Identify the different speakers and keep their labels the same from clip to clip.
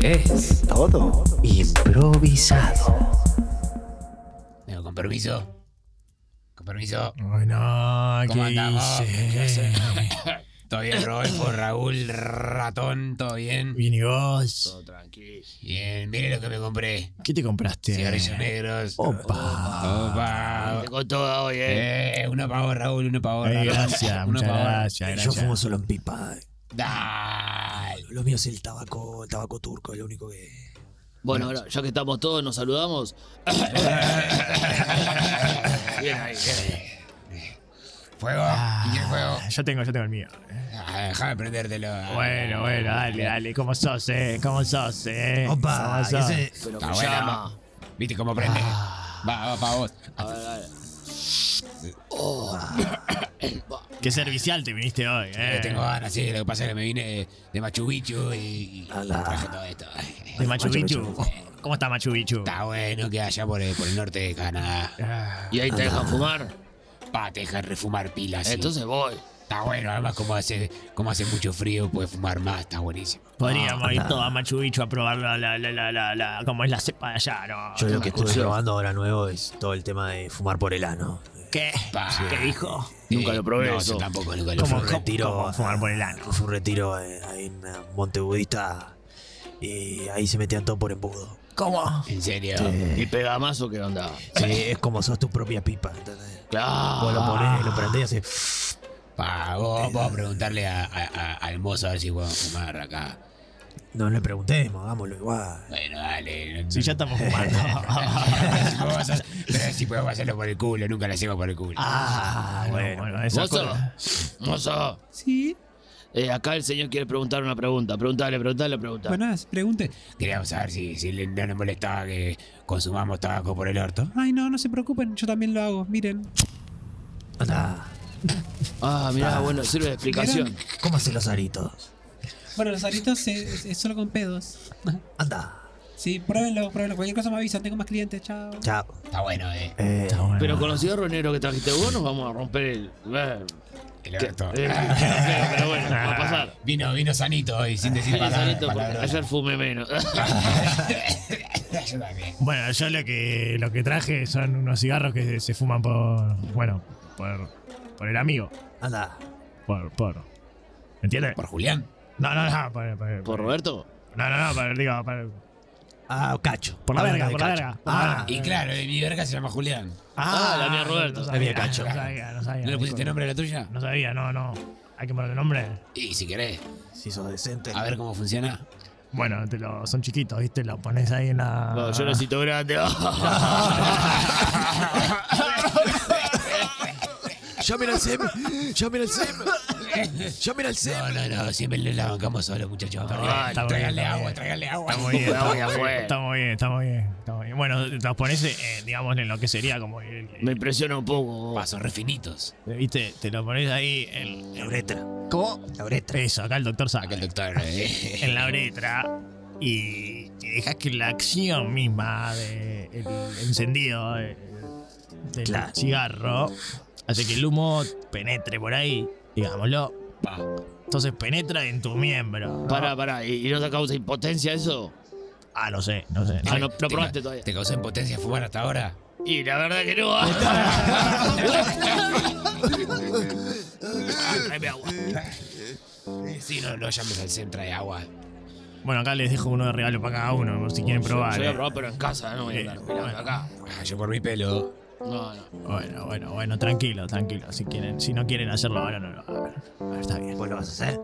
Speaker 1: es
Speaker 2: Todo.
Speaker 1: improvisado. No, con permiso. Con permiso.
Speaker 3: Bueno,
Speaker 1: ¿Cómo
Speaker 3: ¿qué
Speaker 1: andamos? ¿Qué
Speaker 3: hice?
Speaker 1: sé? ¿Todo bien, Rodolfo? Raúl, ratón, ¿todo bien?
Speaker 3: Bien, ¿y vos?
Speaker 1: Bien, mire lo que me compré.
Speaker 3: ¿Qué te compraste?
Speaker 1: Cigarrillos negros.
Speaker 3: Opa.
Speaker 1: Opa.
Speaker 4: Con todo hoy, eh.
Speaker 1: Eh, uno para vos, Raúl, uno para vos.
Speaker 3: Ay,
Speaker 1: Ratón.
Speaker 3: gracias,
Speaker 1: Uno
Speaker 3: muchas
Speaker 1: pa' vos.
Speaker 3: gracias,
Speaker 2: Yo
Speaker 3: gracias.
Speaker 2: fumo solo en pipa. eh.
Speaker 1: Dale.
Speaker 2: Lo mío es el tabaco, el tabaco turco, es lo único que.
Speaker 4: Bueno, ahora, ya que estamos todos, nos saludamos. bien ahí, bien ahí.
Speaker 1: Fuego.
Speaker 3: Ah,
Speaker 1: ¿Y el fuego?
Speaker 3: yo tengo, yo tengo el mío. eh.
Speaker 1: Ah, Déjame prendértelo.
Speaker 3: Bueno, bueno, dale, dale. ¿Cómo sos, eh? ¿Cómo sos, eh?
Speaker 2: Opa,
Speaker 3: ¿Cómo sos?
Speaker 2: ese-
Speaker 4: Pero
Speaker 1: Está
Speaker 4: me
Speaker 1: bueno.
Speaker 4: llama.
Speaker 1: ¿Viste cómo prende?
Speaker 3: Ah.
Speaker 1: Va, va para vos.
Speaker 4: A ver, a ver.
Speaker 3: Qué servicial te viniste hoy, eh.
Speaker 1: Eh, tengo ganas, sí. Lo que pasa es que me vine de Machu Picchu y, y
Speaker 4: Ah,
Speaker 2: Ala.
Speaker 1: traje todo esto.
Speaker 3: De Machu
Speaker 2: Machu
Speaker 3: Picchu.
Speaker 2: Picchu.
Speaker 3: ¿Cómo está Machu Picchu?
Speaker 1: Está bueno que allá por el, por el norte de Canadá.
Speaker 3: Ah,
Speaker 4: Y ahí te dejan fumar.
Speaker 1: Pa, te dejan refumar pilas. sí.
Speaker 4: Entonces voy.
Speaker 1: Está bueno, además como hace, como hace mucho frío, puedes fumar más, está buenísimo.
Speaker 2: Ah,
Speaker 3: Podríamos ir todos a Machu Picchu a probar la, la, la, la, la, la- cómo es la cepa de allá, ¿no?
Speaker 2: Yo lo que estuve
Speaker 4: Excursión.
Speaker 2: probando ahora nuevo es todo el tema de fumar por el ano.
Speaker 3: ¿Qué?
Speaker 1: Pa.
Speaker 3: ¿Qué dijo?
Speaker 4: Nunca lo probé
Speaker 1: No,
Speaker 4: eso.
Speaker 1: yo tampoco nunca lo
Speaker 3: ¿Cómo,
Speaker 1: probé.
Speaker 3: cómo,
Speaker 2: retiro
Speaker 3: cómo
Speaker 2: a-
Speaker 3: fumar por el ano?
Speaker 2: Fue un retiro eh, ahí en eh, Monte Budista y ahí se metían todo por embudo.
Speaker 3: ¿Cómo?
Speaker 1: En serio.
Speaker 4: ¿Y pegamazo qué onda?
Speaker 2: Sí, es como sos tu propia pipa, ¿entendés? Vos lo
Speaker 4: Claro.
Speaker 2: ponés, lo
Speaker 3: Ah.
Speaker 2: prendés y haces.
Speaker 1: Pa, vos podés preguntarle a- a- a- al mozo a ver si podemos fumar acá.
Speaker 2: No le preguntemos, hagámoslo igual.
Speaker 1: Bueno, dale. no-
Speaker 3: Si ya estamos fumando.
Speaker 1: Si podemos hacer- Pero si podemos hacerlo por el culo, nunca lo hacemos por el culo.
Speaker 3: ah, bueno,
Speaker 2: bueno.
Speaker 3: bueno, esa
Speaker 4: Mozo.
Speaker 3: cosa.
Speaker 4: Mozo. Sí. acá el señor quiere preguntar una pregunta. Preguntale, preguntale, preguntale.
Speaker 1: Buenas, pregunte. Queríamos saber si, si le- no le molestaba que consumamos tabaco por el orto. Ay, no, no se preocupen, yo también lo hago, miren.
Speaker 2: Andá,
Speaker 4: Ah, mirá, bueno, sirve de explicación.
Speaker 2: cómase los aritos.
Speaker 5: Bueno, los aritos es, es- es solo con pedos.
Speaker 2: Andá,
Speaker 5: Sí, pruébenlo, pruébenlo. Cualquier cosa me avisan, tengo más clientes, chao.
Speaker 2: chao.
Speaker 1: Está bueno, eh.
Speaker 2: Eh,
Speaker 4: Pero con los cigarros negros que trajiste vos nos vamos a romper el... eh,
Speaker 1: El orto.
Speaker 4: eh, pero bueno, va a pasar.
Speaker 1: Vino, vino sanito hoy, sin decir
Speaker 4: Ay,
Speaker 1: palabras.
Speaker 4: Sarito, porque ayer fumé menos.
Speaker 1: yo también.
Speaker 3: Bueno, yo lo que, lo que traje son unos cigarros que se fuman por. Bueno, por, por el amigo.
Speaker 2: andá.
Speaker 3: Por. por ¿Me entiendes?
Speaker 1: Por Julián.
Speaker 3: No, no, no. Por, por-
Speaker 4: ¿Por Roberto?
Speaker 3: No, no, no. Por, digo, por,
Speaker 2: Ah, cacho.
Speaker 3: por la
Speaker 2: Hablando
Speaker 3: verga,
Speaker 2: de
Speaker 3: por la
Speaker 2: cacho.
Speaker 3: verga. por la
Speaker 2: Ah,
Speaker 3: verga.
Speaker 1: Y claro, eh, mi verga se llama Julián.
Speaker 4: Ah, la mía Roberto.
Speaker 3: no
Speaker 2: La mía
Speaker 3: sabía,
Speaker 2: Cacho.
Speaker 3: No sabía, no sabía.
Speaker 1: ¿No le pusiste
Speaker 3: disculpa.
Speaker 1: nombre a la tuya?
Speaker 3: No sabía, no, no. Hay que ponerle nombre.
Speaker 1: Y si querés,
Speaker 2: si sos decente.
Speaker 1: a ver cómo funciona.
Speaker 3: Bueno, te lo, son chiquitos, ¿viste? Lo pones ahí en la.
Speaker 4: No, yo necesito grande.
Speaker 2: Llamen al SEM. Llamen al SEM. Llamen al SEM.
Speaker 1: No, no, no, siempre la bancamos solo, muchachos.
Speaker 4: Ah, está
Speaker 3: bien,
Speaker 1: Tráiganle
Speaker 3: está
Speaker 1: agua,
Speaker 3: bien.
Speaker 1: tráiganle agua.
Speaker 3: Está muy bien,
Speaker 4: Está muy
Speaker 3: está muy
Speaker 4: afuera.
Speaker 3: bien, está muy bien, está muy bien, está muy bien. Bueno, los pones, eh, digamos, en lo que sería como. el- el-
Speaker 4: Me impresiona un poco. vos.
Speaker 1: Pasos refinitos.
Speaker 3: ¿Viste? Te lo pones ahí en.
Speaker 2: La uretra.
Speaker 3: ¿Cómo?
Speaker 2: La uretra.
Speaker 3: Eso, acá el doctor sabe.
Speaker 1: Acá el doctor. eh.
Speaker 3: En la uretra. Y, y dejas que la acción misma del encendido de- del
Speaker 2: Claro.
Speaker 3: cigarro hace que el humo penetre por ahí, digámoslo.
Speaker 1: Pa.
Speaker 3: Entonces penetra en tu miembro. ¿no?
Speaker 4: Pará, pará. ¿Y, y no te causa impotencia eso?
Speaker 3: Ah, no sé, no sé.
Speaker 4: Ah, no,
Speaker 1: ¿Te
Speaker 4: no probaste
Speaker 1: ca-
Speaker 4: todavía. Ah,
Speaker 1: ¿Te causó impotencia fumar hasta ahora?
Speaker 4: Y la verdad que no. Tráeme agua.
Speaker 1: Sí, no, no llames al centro de agua.
Speaker 3: Bueno, acá les dejo uno de regalo para cada uno, por si quieren probar.
Speaker 4: Yo voy
Speaker 3: eh.
Speaker 4: a probar, pero en casa, no voy a andar
Speaker 3: Eh,
Speaker 4: pelando acá.
Speaker 1: Ah, yo por mi pelo.
Speaker 4: No, no.
Speaker 3: Bueno, bueno, bueno, tranquilo, tranquilo. Si quieren, si no quieren hacerlo ahora, no lo hagan. Ah, Está bien.
Speaker 2: Vos lo vas a hacer.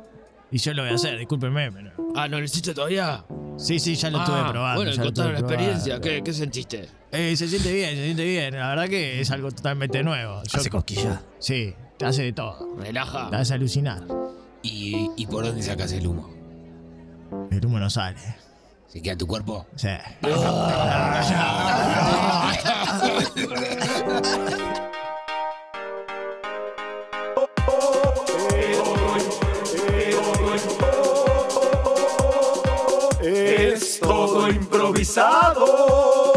Speaker 3: Y yo lo voy a hacer, discúlpenme, pero.
Speaker 4: Ah, ¿no lo hiciste todavía?
Speaker 3: Sí, sí, ya lo
Speaker 4: ah,
Speaker 3: estuve probando.
Speaker 4: Bueno,
Speaker 3: ya lo
Speaker 4: contaron la
Speaker 3: estuve
Speaker 4: experiencia.
Speaker 3: probando.
Speaker 4: ¿Qué, ¿Qué sentiste?
Speaker 3: Eh, se siente bien, se siente bien. La verdad que es algo totalmente nuevo. Yo-
Speaker 2: Hace cosquilla.
Speaker 3: sí, te hace de todo.
Speaker 4: Relaja.
Speaker 3: Te hace alucinar.
Speaker 1: ¿Y, y por dónde sacas el humo?
Speaker 3: El humo no sale.
Speaker 1: ¿Se queda en tu cuerpo?
Speaker 3: Sí.
Speaker 6: Es todo improvisado.